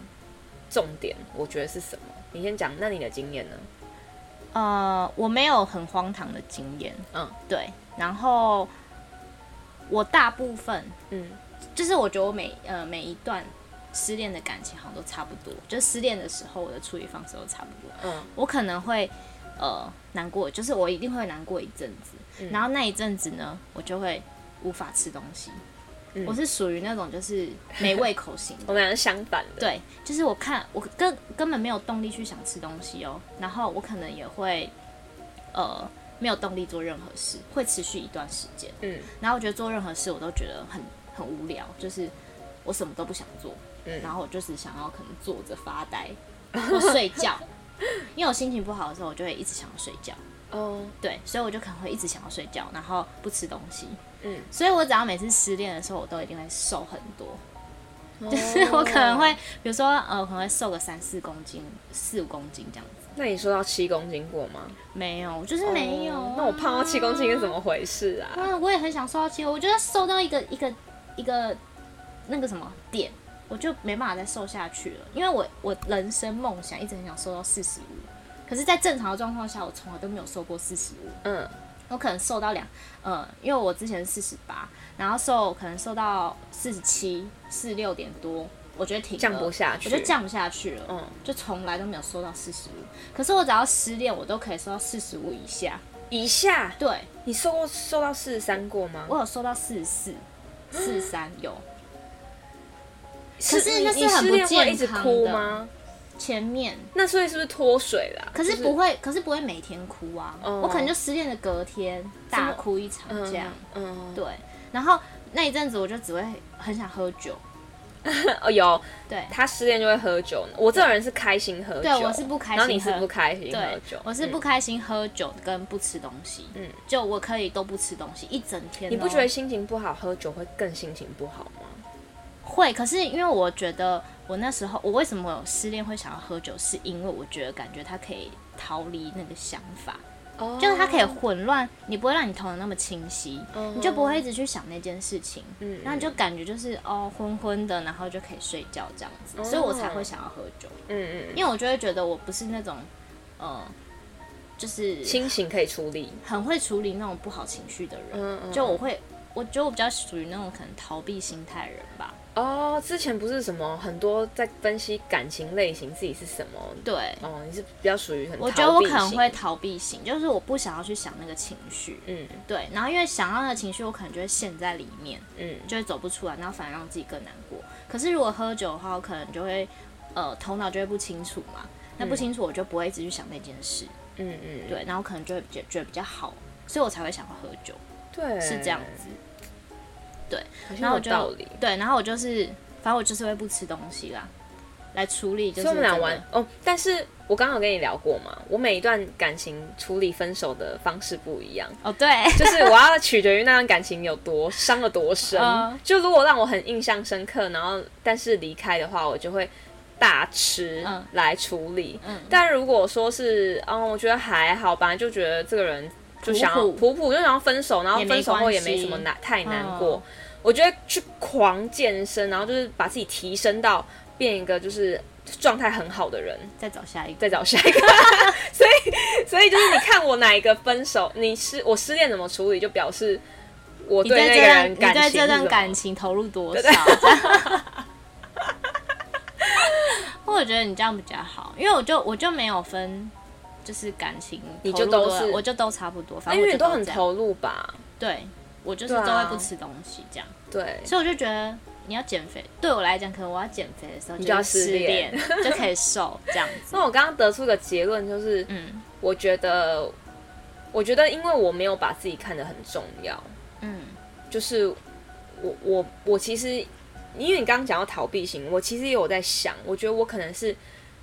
[SPEAKER 2] 重点，我觉得是什么？你先讲，那你的经验呢？
[SPEAKER 1] 呃，我没有很荒唐的经验，
[SPEAKER 2] 嗯，
[SPEAKER 1] 对，然后我大部分
[SPEAKER 2] 嗯，
[SPEAKER 1] 就是我觉得我每呃每一段失恋的感情好像都差不多，就失恋的时候我的处理方式都差不多。
[SPEAKER 2] 嗯，
[SPEAKER 1] 我可能会呃难过，就是我一定会难过一阵子，
[SPEAKER 2] 嗯
[SPEAKER 1] 然后那一阵子呢，我就会无法吃东西。
[SPEAKER 2] 嗯哦
[SPEAKER 1] 我是属于那种就是没胃口型的
[SPEAKER 2] 我，们俩是相反的。
[SPEAKER 1] 对，就是我看我根根本没有动力去想吃东西哦，然后我可能也会呃没有动力做任何事，会持续一段时间。
[SPEAKER 2] 嗯
[SPEAKER 1] 然后我觉得做任何事我都觉得很很无聊，就是我什么都不想做，
[SPEAKER 2] 嗯
[SPEAKER 1] 然后我就是想要可能坐着发呆或睡 觉，因为我心情不好的时候，我就会一直想要睡觉，
[SPEAKER 2] 哦，
[SPEAKER 1] 对，所以我就可能会一直想要睡觉，然后不吃东西，
[SPEAKER 2] 嗯，
[SPEAKER 1] 所以我只要每次失恋的时候，我都一定会瘦很多，
[SPEAKER 2] 就
[SPEAKER 1] 就是我可能
[SPEAKER 2] 哦
[SPEAKER 1] 会，比如说呃，我可能会瘦个三四公斤、四五公斤这样子，
[SPEAKER 2] 那你说到七公斤过吗？
[SPEAKER 1] 没有，就是没有啊、
[SPEAKER 2] 哦那我胖到七公斤是怎么回事啊？
[SPEAKER 1] 嗯，我也很想瘦到七，我觉得瘦到一个一个一个那个什么点，我就没办法再瘦下去了。因为我我人生梦想一直很想瘦到四十五，可是，在正常的状况下，我从来都没有瘦过四十五。
[SPEAKER 2] 嗯
[SPEAKER 1] 我可能瘦到两，呃，因为我之前四十八，然后瘦可能瘦到四十七、四六点多，我觉得挺
[SPEAKER 2] 降不下去
[SPEAKER 1] 我就降不下去了，
[SPEAKER 2] 嗯，
[SPEAKER 1] 就从来都没有瘦到四十五。可是我只要失恋，我都可以瘦到四十五以下。
[SPEAKER 2] 以下
[SPEAKER 1] 对，
[SPEAKER 2] 你瘦过瘦到四十三过吗？
[SPEAKER 1] 我有收到四十四、四三有。
[SPEAKER 2] 嗯可
[SPEAKER 1] 是
[SPEAKER 2] 你
[SPEAKER 1] 那是
[SPEAKER 2] 你
[SPEAKER 1] 很
[SPEAKER 2] 失
[SPEAKER 1] 不
[SPEAKER 2] 恋会一
[SPEAKER 1] 健
[SPEAKER 2] 直
[SPEAKER 1] 康
[SPEAKER 2] 哭
[SPEAKER 1] 的
[SPEAKER 2] 吗？
[SPEAKER 1] 前面，
[SPEAKER 2] 那所以是不是脱水啦？
[SPEAKER 1] 可是
[SPEAKER 2] 就
[SPEAKER 1] 不会，可是不会每天哭啊。
[SPEAKER 2] 哦
[SPEAKER 1] 我可能就失恋的隔天大哭一场
[SPEAKER 2] 嗯
[SPEAKER 1] 这样。
[SPEAKER 2] 嗯，
[SPEAKER 1] 对，然后那一阵子我就只会很想喝酒。
[SPEAKER 2] 哦有
[SPEAKER 1] 对
[SPEAKER 2] 他失恋就会喝酒，我这个人是开心喝酒，
[SPEAKER 1] 对我是不开心喝
[SPEAKER 2] 然后你是不开心喝
[SPEAKER 1] 对
[SPEAKER 2] 酒，，
[SPEAKER 1] 我是不开心喝酒跟不吃东西。
[SPEAKER 2] 嗯
[SPEAKER 1] 嗯，就我可以都不吃东西一整天哦。
[SPEAKER 2] 嗯你不觉得心情不好喝酒会更心情不好吗？
[SPEAKER 1] 会，可是因为我觉得我那时候，我为什么失恋会想要喝酒，是因为我觉得感觉它可以逃离那个想法，
[SPEAKER 2] 哦
[SPEAKER 1] 就是它可以混乱，你不会让你头脑那么清晰，
[SPEAKER 2] 嗯
[SPEAKER 1] 你就不会一直去想那件事情，
[SPEAKER 2] 嗯
[SPEAKER 1] 然后你就感觉就是哦昏昏的，然后就可以睡觉这样子，所以我才会想要喝酒，
[SPEAKER 2] 哦嗯嗯嗯，
[SPEAKER 1] 因为我就会觉得我不是那种，呃，就是
[SPEAKER 2] 清醒可以处理，
[SPEAKER 1] 很会处理那种不好情绪的人，
[SPEAKER 2] 嗯嗯
[SPEAKER 1] 就我会，我觉得我比较属于那种可能逃避心态的人吧，
[SPEAKER 2] 哦，之前不是什么很多在分析感情类型自己是什么，
[SPEAKER 1] 对。
[SPEAKER 2] 哦，你是比较属于很
[SPEAKER 1] 我觉得我可
[SPEAKER 2] 逃避
[SPEAKER 1] 能
[SPEAKER 2] 型
[SPEAKER 1] 会，逃避型，就是我不想要去想那个情绪，
[SPEAKER 2] 嗯
[SPEAKER 1] 对，然后因为想要那个情绪，我可能就会陷在里面，
[SPEAKER 2] 嗯
[SPEAKER 1] 就会走不出来，然后反而让自己更难过。可是如果喝酒的话，我可能就会，呃，头脑就会不清楚嘛，那不清楚我就不会一直去想那件事，
[SPEAKER 2] 嗯嗯，
[SPEAKER 1] 对，然后可能就会比较觉得比较好，所以我才会想要喝酒，
[SPEAKER 2] 对，
[SPEAKER 1] 是这样子。
[SPEAKER 2] 好
[SPEAKER 1] 然
[SPEAKER 2] 像
[SPEAKER 1] 后我
[SPEAKER 2] 有
[SPEAKER 1] 就
[SPEAKER 2] 道理。
[SPEAKER 1] 对，然后我就是，反正我就是会不吃东西啦，来处理就是
[SPEAKER 2] 所以我们俩
[SPEAKER 1] 这个
[SPEAKER 2] 玩哦，但是我刚刚有跟你聊过嘛，我每一段感情处理分手的方式不一样，
[SPEAKER 1] 哦，对，
[SPEAKER 2] 就是我要取决于那段感情有多伤了多深
[SPEAKER 1] 嗯。
[SPEAKER 2] 就如果让我很印象深刻，然后但是离开的话，我就会大吃
[SPEAKER 1] 嗯
[SPEAKER 2] 来处理。
[SPEAKER 1] 嗯
[SPEAKER 2] 但如果说是，嗯，我觉得还好吧，就觉得这个人就想要
[SPEAKER 1] 普
[SPEAKER 2] 普普就想要分手，然后
[SPEAKER 1] 也没
[SPEAKER 2] 分手后也
[SPEAKER 1] 关
[SPEAKER 2] 没
[SPEAKER 1] 系
[SPEAKER 2] 什么难太难
[SPEAKER 1] 嗯
[SPEAKER 2] 过。我觉得去狂健身，然后就是把自己提升到变一个就是状态很好的人，
[SPEAKER 1] 再找下一个，
[SPEAKER 2] 再找下一个。 所以，所以就是你看我哪一个分手，你失我失恋怎么处理，就表示我
[SPEAKER 1] 你
[SPEAKER 2] 对
[SPEAKER 1] 对
[SPEAKER 2] 那
[SPEAKER 1] 这
[SPEAKER 2] 个
[SPEAKER 1] 段
[SPEAKER 2] 人
[SPEAKER 1] 你
[SPEAKER 2] 感情
[SPEAKER 1] 对
[SPEAKER 2] 是
[SPEAKER 1] 这
[SPEAKER 2] 什
[SPEAKER 1] 段
[SPEAKER 2] 么
[SPEAKER 1] 感情投入多
[SPEAKER 2] 对
[SPEAKER 1] 少？ 我觉得你这样比较好，因为我就我就没有分，就是感情
[SPEAKER 2] 你
[SPEAKER 1] 投入
[SPEAKER 2] 就都
[SPEAKER 1] 多少
[SPEAKER 2] 是
[SPEAKER 1] 我就都差不多，反正
[SPEAKER 2] 因
[SPEAKER 1] 我就
[SPEAKER 2] 为你都很
[SPEAKER 1] 这样，
[SPEAKER 2] 投入吧？
[SPEAKER 1] 对我就是
[SPEAKER 2] 对
[SPEAKER 1] 都
[SPEAKER 2] 啊
[SPEAKER 1] 会不吃东西这样，
[SPEAKER 2] 对，
[SPEAKER 1] 所以我就觉得你要减肥，对我来讲，可能我要减肥的时候
[SPEAKER 2] 你就要
[SPEAKER 1] 是
[SPEAKER 2] 失
[SPEAKER 1] 失
[SPEAKER 2] 恋
[SPEAKER 1] 恋就可以瘦这样子
[SPEAKER 2] 那，我刚刚得出个结论就是，
[SPEAKER 1] 嗯
[SPEAKER 2] 我觉得，我觉得因为我没有把自己看得很重要，
[SPEAKER 1] 嗯
[SPEAKER 2] 就是我我我其实，因为你刚刚讲到逃避型，我其实也有在想，我觉得我可能是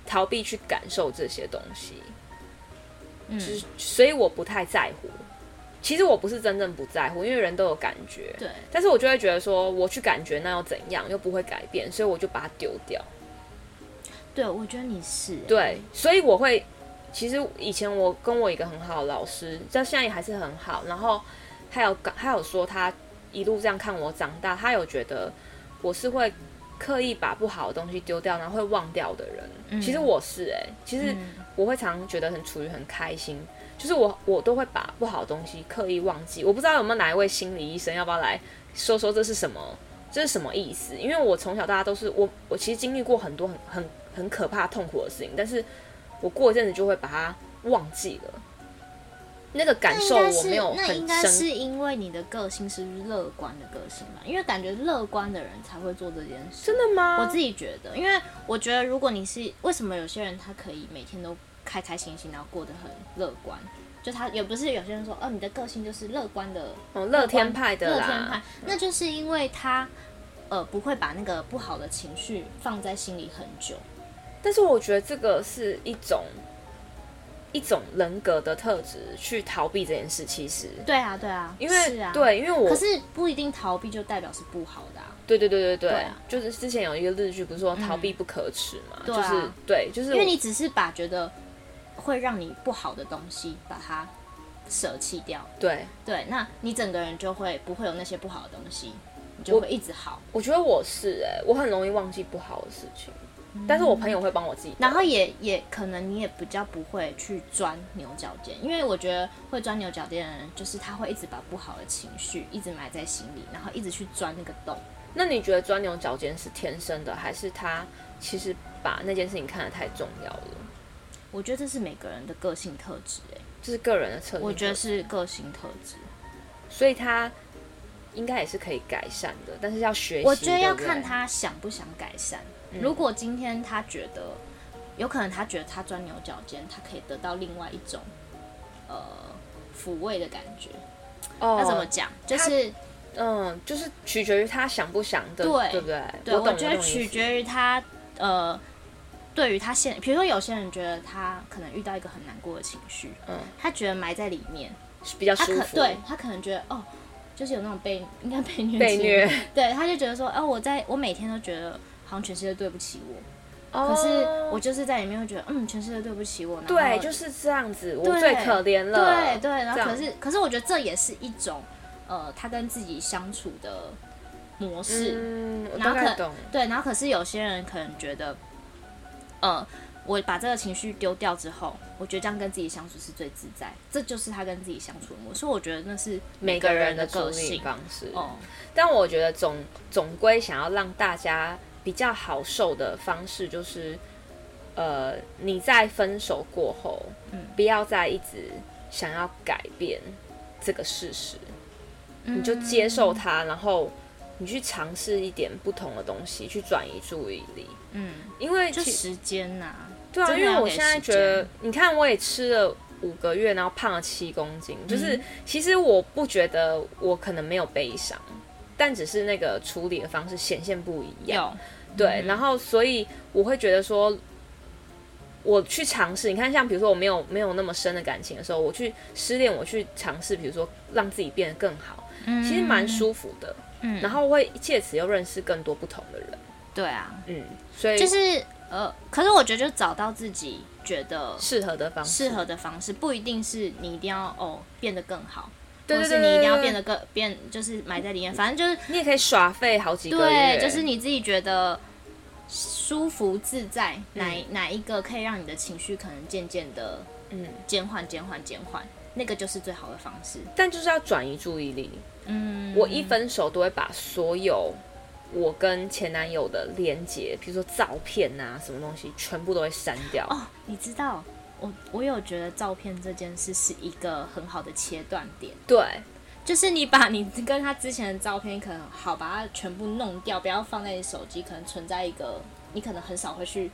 [SPEAKER 2] 逃避去感受这些东西，就
[SPEAKER 1] 嗯，
[SPEAKER 2] 是所以我不太在乎。其实我不是真正不在乎，因为人都有感觉，
[SPEAKER 1] 对，
[SPEAKER 2] 但是我就会觉得说，我去感觉那又怎样，又不会改变，所以我就把它丢掉。
[SPEAKER 1] 对我觉得你是、欸，
[SPEAKER 2] 对，所以我会，其实以前我跟我一个很好的老师，到现在也还是很好。然后还有还有说他一路这样看我长大，他有觉得我是会刻意把不好的东西丢掉，然后会忘掉的人。
[SPEAKER 1] 嗯
[SPEAKER 2] 其实我是哎、其实我会常觉得很处于很开心，就是我我都会把不好的东西刻意忘记。我不知道有没有哪一位心理医生，要不要来说说这是什么，这是什么意思？因为我从小到大都是我我其实经历过很多很很很可怕痛苦的事情，但是我过一阵子就会把它忘记了。那个感
[SPEAKER 1] 那
[SPEAKER 2] 受
[SPEAKER 1] 应该
[SPEAKER 2] 我
[SPEAKER 1] 是
[SPEAKER 2] 没有
[SPEAKER 1] 那
[SPEAKER 2] 很
[SPEAKER 1] 应该
[SPEAKER 2] 深，
[SPEAKER 1] 是因为你的个性是乐观的个性嘛，因为感觉乐观的人才会做这件事。
[SPEAKER 2] 真的吗？
[SPEAKER 1] 我自己觉得，因为我觉得如果你是为什么有些人他可以每天都开开心心，然后过得很乐观，就他也不是有些人说，哦，你的个性就是乐观的
[SPEAKER 2] 哦，乐天派的啦，嗯
[SPEAKER 1] 乐天派，那就是因为他呃不会把那个不好的情绪放在心里很久。
[SPEAKER 2] 但是我觉得这个是一种一种人格的特质，去逃避这件事。其实，
[SPEAKER 1] 对啊，对啊，
[SPEAKER 2] 因为、
[SPEAKER 1] 是啊，。
[SPEAKER 2] 对，因为我
[SPEAKER 1] 可是不一定逃避就代表是不好的啊，
[SPEAKER 2] 对对对对对，
[SPEAKER 1] 对啊
[SPEAKER 2] 就是之前有一个日剧，不是说逃避不可耻嘛？
[SPEAKER 1] 对
[SPEAKER 2] 就
[SPEAKER 1] 啊
[SPEAKER 2] 是对，就是
[SPEAKER 1] 因为你只是把觉得会让你不好的东西把它舍弃掉，
[SPEAKER 2] 对，
[SPEAKER 1] 对，那你整个人就会不会有那些不好的东西，你就会一直好，
[SPEAKER 2] 我觉得我是哎、我很容易忘记不好的事情，但是我朋友会帮我记得。
[SPEAKER 1] 嗯然后也也可能你也比较不会去钻牛角尖，因为我觉得会钻牛角尖的人，就是他会一直把不好的情绪一直埋在心里，然后一直去钻那个洞。
[SPEAKER 2] 那你觉得钻牛角尖是天生的，还是他其实把那件事情看得太重要了？
[SPEAKER 1] 我觉得这是每个人的个性特质、欸，
[SPEAKER 2] 这是个人的策略。
[SPEAKER 1] 我觉得是个性特质。
[SPEAKER 2] 所以他应该也是可以改善的，但是要学习。
[SPEAKER 1] 我觉得要
[SPEAKER 2] 对不对
[SPEAKER 1] 看他想不想改善。
[SPEAKER 2] 嗯
[SPEAKER 1] 如果今天他觉得，有可能他觉得他钻牛角尖，他可以得到另外一种，呃，抚慰的感觉。
[SPEAKER 2] 哦，
[SPEAKER 1] 要怎么讲？就是
[SPEAKER 2] 嗯，就是取决于他想不想的，
[SPEAKER 1] 对
[SPEAKER 2] 不对？
[SPEAKER 1] 对，
[SPEAKER 2] 我
[SPEAKER 1] 我
[SPEAKER 2] 懂
[SPEAKER 1] 觉得
[SPEAKER 2] 懂你
[SPEAKER 1] 取
[SPEAKER 2] 意思
[SPEAKER 1] 决于他呃，对于他现，比如说有些人觉得他可能遇到一个很难过的情绪，
[SPEAKER 2] 嗯
[SPEAKER 1] 他觉得埋在里面，
[SPEAKER 2] 是比较
[SPEAKER 1] 他
[SPEAKER 2] 舒
[SPEAKER 1] 可
[SPEAKER 2] 服，
[SPEAKER 1] 对，他可能觉得哦，就是有那种被应该被虐
[SPEAKER 2] 被
[SPEAKER 1] 倾
[SPEAKER 2] 虐。
[SPEAKER 1] 对，他就觉得说，哦，我在我每天都觉得好像全世界对不起我，
[SPEAKER 2] 可
[SPEAKER 1] 可是我就是在里面会觉得，嗯，全世界对不起我，然后
[SPEAKER 2] 哦对就是这样子，我
[SPEAKER 1] 对
[SPEAKER 2] 最可怜了，
[SPEAKER 1] 对对，然后
[SPEAKER 2] 这样
[SPEAKER 1] 可是可是我觉得这也是一种呃，他跟自己相处的模式，
[SPEAKER 2] 嗯，我
[SPEAKER 1] 然
[SPEAKER 2] 大
[SPEAKER 1] 后
[SPEAKER 2] 概
[SPEAKER 1] 可
[SPEAKER 2] 懂，
[SPEAKER 1] 对，然后可是有些人可能觉得，呃，我把这个情绪丢掉之后，我觉得这样跟自己相处是最自在，这就是他跟自己相处的模式。我觉得那是
[SPEAKER 2] 每
[SPEAKER 1] 个
[SPEAKER 2] 个
[SPEAKER 1] 人
[SPEAKER 2] 的
[SPEAKER 1] 个
[SPEAKER 2] 处理
[SPEAKER 1] 性。
[SPEAKER 2] 方式。
[SPEAKER 1] 哦，
[SPEAKER 2] 但我觉得总总归想要让大家比较好受的方式，就是呃，你在分手过后，不要再一直想要改变这个事实，你嗯就接受它，然后你去尝试一点不同的东西，去转移注意力。
[SPEAKER 1] 嗯，
[SPEAKER 2] 因为
[SPEAKER 1] 就
[SPEAKER 2] 其
[SPEAKER 1] 时间呐、
[SPEAKER 2] 对啊，
[SPEAKER 1] 真
[SPEAKER 2] 因
[SPEAKER 1] 的
[SPEAKER 2] 为
[SPEAKER 1] 要
[SPEAKER 2] 我
[SPEAKER 1] 给
[SPEAKER 2] 现在
[SPEAKER 1] 时
[SPEAKER 2] 觉得
[SPEAKER 1] 间，
[SPEAKER 2] 你看我也吃了五个月，然后胖了七公斤，就是
[SPEAKER 1] 嗯
[SPEAKER 2] 其实我不觉得我可能没有悲伤，但只是那个处理的方式显现不一样。
[SPEAKER 1] 有嗯
[SPEAKER 2] 对，然后所以我会觉得说，我去尝试，你看像比如说我没有没有那么深的感情的时候，我去失恋，我去尝试，比如说让自己变得更好，其实蛮舒服的。
[SPEAKER 1] 嗯
[SPEAKER 2] 然后会借此又认识更多不同的人。
[SPEAKER 1] 对啊，
[SPEAKER 2] 嗯，所以
[SPEAKER 1] 就是呃，可是我觉得就找到自己觉得
[SPEAKER 2] 适合的方式，
[SPEAKER 1] 适合的方式，不一定是你一定要哦变得更好。
[SPEAKER 2] 对
[SPEAKER 1] 或
[SPEAKER 2] 对
[SPEAKER 1] 是
[SPEAKER 2] 对，
[SPEAKER 1] 你一定要
[SPEAKER 2] 对
[SPEAKER 1] 变得更变，就是埋在里面，反正就是
[SPEAKER 2] 你也可以耍废好几个月，
[SPEAKER 1] 对，就是你自己觉得舒服自在，哪一、哪一个可以让你的情绪可能渐渐的
[SPEAKER 2] 嗯，
[SPEAKER 1] 减缓、减缓、减缓，那个就是最好的方式。
[SPEAKER 2] 但就是要转移注意力。
[SPEAKER 1] 嗯，
[SPEAKER 2] 我一分手都会把所有我跟前男友的连接，比如说照片啊什么东西，全部都会删掉。
[SPEAKER 1] 哦，你知道，我我有觉得照片这件事是一个很好的切断点，
[SPEAKER 2] 对，
[SPEAKER 1] 就是你把你跟他之前的照片，可能好把它全部弄掉，不要放在你手机，可能存在一个你可能很少会去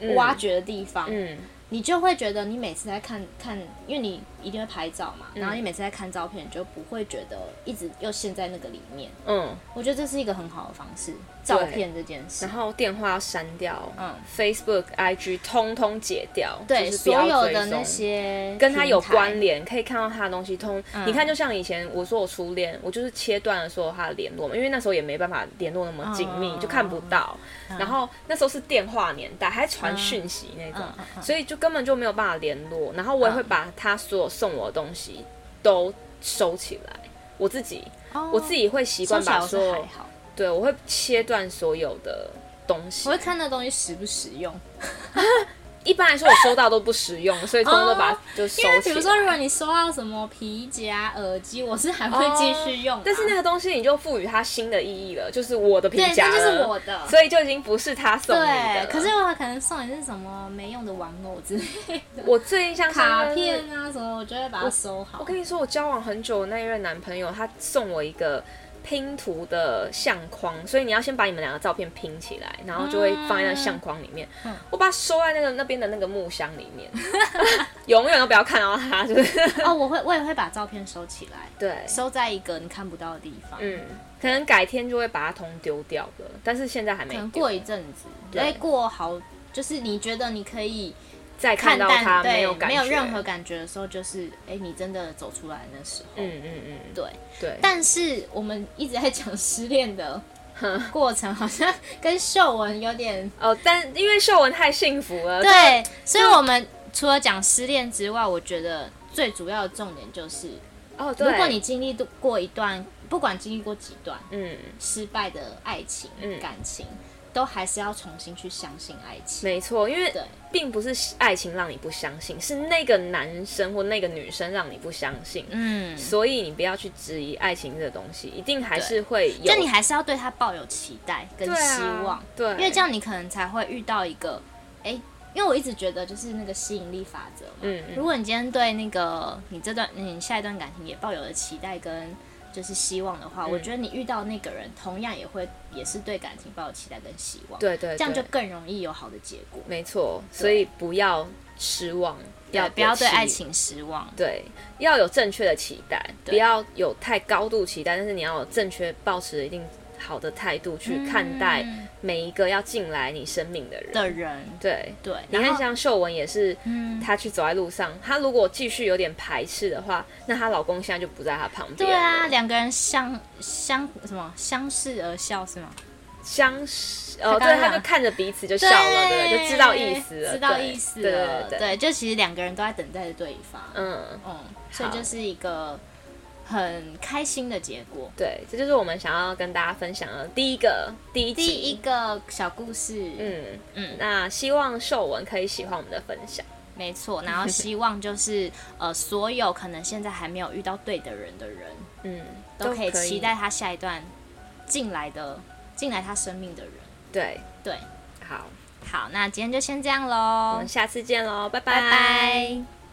[SPEAKER 2] 嗯
[SPEAKER 1] 挖掘的地方。
[SPEAKER 2] 嗯，
[SPEAKER 1] 你就会觉得你每次在看看，因为你一定会拍照嘛，然
[SPEAKER 2] 嗯
[SPEAKER 1] 后你每次在看照片，你就不会觉得一直又陷在那个里面。
[SPEAKER 2] 嗯，
[SPEAKER 1] 我觉得这是一个很好的方式，照片这件事
[SPEAKER 2] 然。后电话要删掉，
[SPEAKER 1] 嗯
[SPEAKER 2] ，Facebook、IG 通通解掉，
[SPEAKER 1] 对，
[SPEAKER 2] 就是不
[SPEAKER 1] 所
[SPEAKER 2] 要
[SPEAKER 1] 有
[SPEAKER 2] 追
[SPEAKER 1] 的
[SPEAKER 2] 踪
[SPEAKER 1] 那些
[SPEAKER 2] 跟他有
[SPEAKER 1] 平台嗯
[SPEAKER 2] 关，联，可以看到他的东西通。你看，就像以前我说我初恋，我就是切断了所有他的联络嘛，因为那时候也没办法联络那么紧密，
[SPEAKER 1] 嗯
[SPEAKER 2] 就看不到。然后那时候是电话年代，还传讯息那种，
[SPEAKER 1] 嗯嗯嗯
[SPEAKER 2] 所以就根本就没有办法联络。然后我也会把他所有送我的东西都收起来，我自己、
[SPEAKER 1] 哦
[SPEAKER 2] 我自己会习
[SPEAKER 1] 说
[SPEAKER 2] 惯
[SPEAKER 1] 起来
[SPEAKER 2] 把
[SPEAKER 1] 我
[SPEAKER 2] 所
[SPEAKER 1] 是
[SPEAKER 2] 有
[SPEAKER 1] 还好，
[SPEAKER 2] 对，我会切断所有的东西
[SPEAKER 1] 我会。看那东西实不实用。
[SPEAKER 2] 一般来说，我收到都不实用，所以通通都把
[SPEAKER 1] 哦
[SPEAKER 2] 就收
[SPEAKER 1] 因为比
[SPEAKER 2] 起
[SPEAKER 1] 如
[SPEAKER 2] 来。
[SPEAKER 1] 说，如果你收到什么皮夹、耳机，我是还会继续用啊、
[SPEAKER 2] 但是那个东西你就赋予它新的意义了，就是我的皮
[SPEAKER 1] 对，
[SPEAKER 2] 夹
[SPEAKER 1] 这就是
[SPEAKER 2] 了
[SPEAKER 1] 我的。
[SPEAKER 2] 所以就已经不是他送你的
[SPEAKER 1] 对
[SPEAKER 2] 了。，
[SPEAKER 1] 可是我可能送你是什么没用的玩偶之类的，
[SPEAKER 2] 我最印象深刻
[SPEAKER 1] 卡
[SPEAKER 2] 就是
[SPEAKER 1] 片啊什么，我就会把它收好。
[SPEAKER 2] 我跟你说，我交往很久的那一任男朋友，他送我一个拼图的相框，所以你要先把你们两个照片拼起来，然后就会放在那相框里面。
[SPEAKER 1] 嗯
[SPEAKER 2] 我把它收在那个那边的那个木箱里面， 永远都不要看到它，就是
[SPEAKER 1] 哦，我会，我也会把照片收起来，
[SPEAKER 2] 对，
[SPEAKER 1] 收在一个你看不到的地方。
[SPEAKER 2] 嗯，可能改天就会把它通丢掉了，但是现在还没
[SPEAKER 1] 可能
[SPEAKER 2] 丢
[SPEAKER 1] 过一阵子，
[SPEAKER 2] 对
[SPEAKER 1] 哎，过好，就是你觉得你可以
[SPEAKER 2] 再看
[SPEAKER 1] 看
[SPEAKER 2] 到
[SPEAKER 1] 淡，
[SPEAKER 2] 它
[SPEAKER 1] 对，没
[SPEAKER 2] 有感觉，
[SPEAKER 1] 任何感觉的时候，就是哎、你真的走出来的时候。
[SPEAKER 2] 嗯嗯嗯，
[SPEAKER 1] 对，
[SPEAKER 2] 对，
[SPEAKER 1] 但是我们一直在讲失恋的过程，好像跟秀文有 点
[SPEAKER 2] 哦，但因为秀文太幸福了，
[SPEAKER 1] 对，所以我们除了讲失恋之外，我觉得最主要的重点就是，
[SPEAKER 2] 哦，对，
[SPEAKER 1] 如果你经历过一段，不管经历过几段
[SPEAKER 2] 嗯，
[SPEAKER 1] 失败的爱情、
[SPEAKER 2] 嗯
[SPEAKER 1] 感情，都还是要重新去相信爱情。
[SPEAKER 2] 没错，因为
[SPEAKER 1] 对
[SPEAKER 2] 并不是爱情让你不相信，是那个男生或那个女生让你不相信。
[SPEAKER 1] 嗯，
[SPEAKER 2] 所以你不要去质疑爱情这个东西，一定还是会有。
[SPEAKER 1] 就你还是要对他抱有期待跟
[SPEAKER 2] 对啊
[SPEAKER 1] 希望，
[SPEAKER 2] 对，
[SPEAKER 1] 因为这样你可能才会遇到一个，哎、因为我一直觉得就是那个吸引力法则嘛。
[SPEAKER 2] 嗯，
[SPEAKER 1] 如
[SPEAKER 2] 嗯
[SPEAKER 1] 果你今天对那个你这段你下一段感情也抱有了期待跟就是希望的话，
[SPEAKER 2] 嗯
[SPEAKER 1] 我觉得你遇到那个人同样也会也是对感情抱有期待跟希望，，
[SPEAKER 2] 嗯对对，
[SPEAKER 1] 这样就
[SPEAKER 2] 对
[SPEAKER 1] 更容易有好的结果。
[SPEAKER 2] 没错。所以不要失望，
[SPEAKER 1] 对，不要对
[SPEAKER 2] 有期
[SPEAKER 1] 爱情失望。
[SPEAKER 2] 对，要有正确的期待，
[SPEAKER 1] 对
[SPEAKER 2] 不要有太高度期待，但是你要有正确保持一定好的态度去看待
[SPEAKER 1] 嗯
[SPEAKER 2] 每一个要进来你生命的人。
[SPEAKER 1] 的人，
[SPEAKER 2] 嗯对，
[SPEAKER 1] 对，
[SPEAKER 2] 你
[SPEAKER 1] 然
[SPEAKER 2] 看
[SPEAKER 1] 后
[SPEAKER 2] 像秀文也是，
[SPEAKER 1] 嗯，
[SPEAKER 2] 她去走在路上，她如果继续有点排斥的话，那她老公现在就不在她旁边。
[SPEAKER 1] 对啊，，两个人相相什么相视而笑是吗？
[SPEAKER 2] 相识哦，
[SPEAKER 1] 她刚
[SPEAKER 2] 对，
[SPEAKER 1] 刚
[SPEAKER 2] 她就
[SPEAKER 1] 讲
[SPEAKER 2] 看着彼此就笑了，对不对，就知道意思了，
[SPEAKER 1] 知道
[SPEAKER 2] 对
[SPEAKER 1] 意思
[SPEAKER 2] 对
[SPEAKER 1] 了，
[SPEAKER 2] 对对对，
[SPEAKER 1] 就其实两个人都在等待着对方，
[SPEAKER 2] 嗯，
[SPEAKER 1] 嗯，所以
[SPEAKER 2] 好
[SPEAKER 1] 就是一个很开心的结果。
[SPEAKER 2] 对，这就是我们想要跟大家分享的第一个第一
[SPEAKER 1] 第
[SPEAKER 2] 集
[SPEAKER 1] 一个小故事，
[SPEAKER 2] 嗯
[SPEAKER 1] 嗯
[SPEAKER 2] 嗯，那希望秀文可以喜欢我们的分享。
[SPEAKER 1] 没错。然后希望就是呃，所有可能现在还没有遇到对的人的人，
[SPEAKER 2] 嗯，
[SPEAKER 1] 都可以期待他下一段进来的进来他生命的人。
[SPEAKER 2] 对，
[SPEAKER 1] 对，
[SPEAKER 2] 好，
[SPEAKER 1] 好，那今天就先这样
[SPEAKER 2] 我
[SPEAKER 1] 喽
[SPEAKER 2] 们，下次见喽，拜
[SPEAKER 1] 拜拜。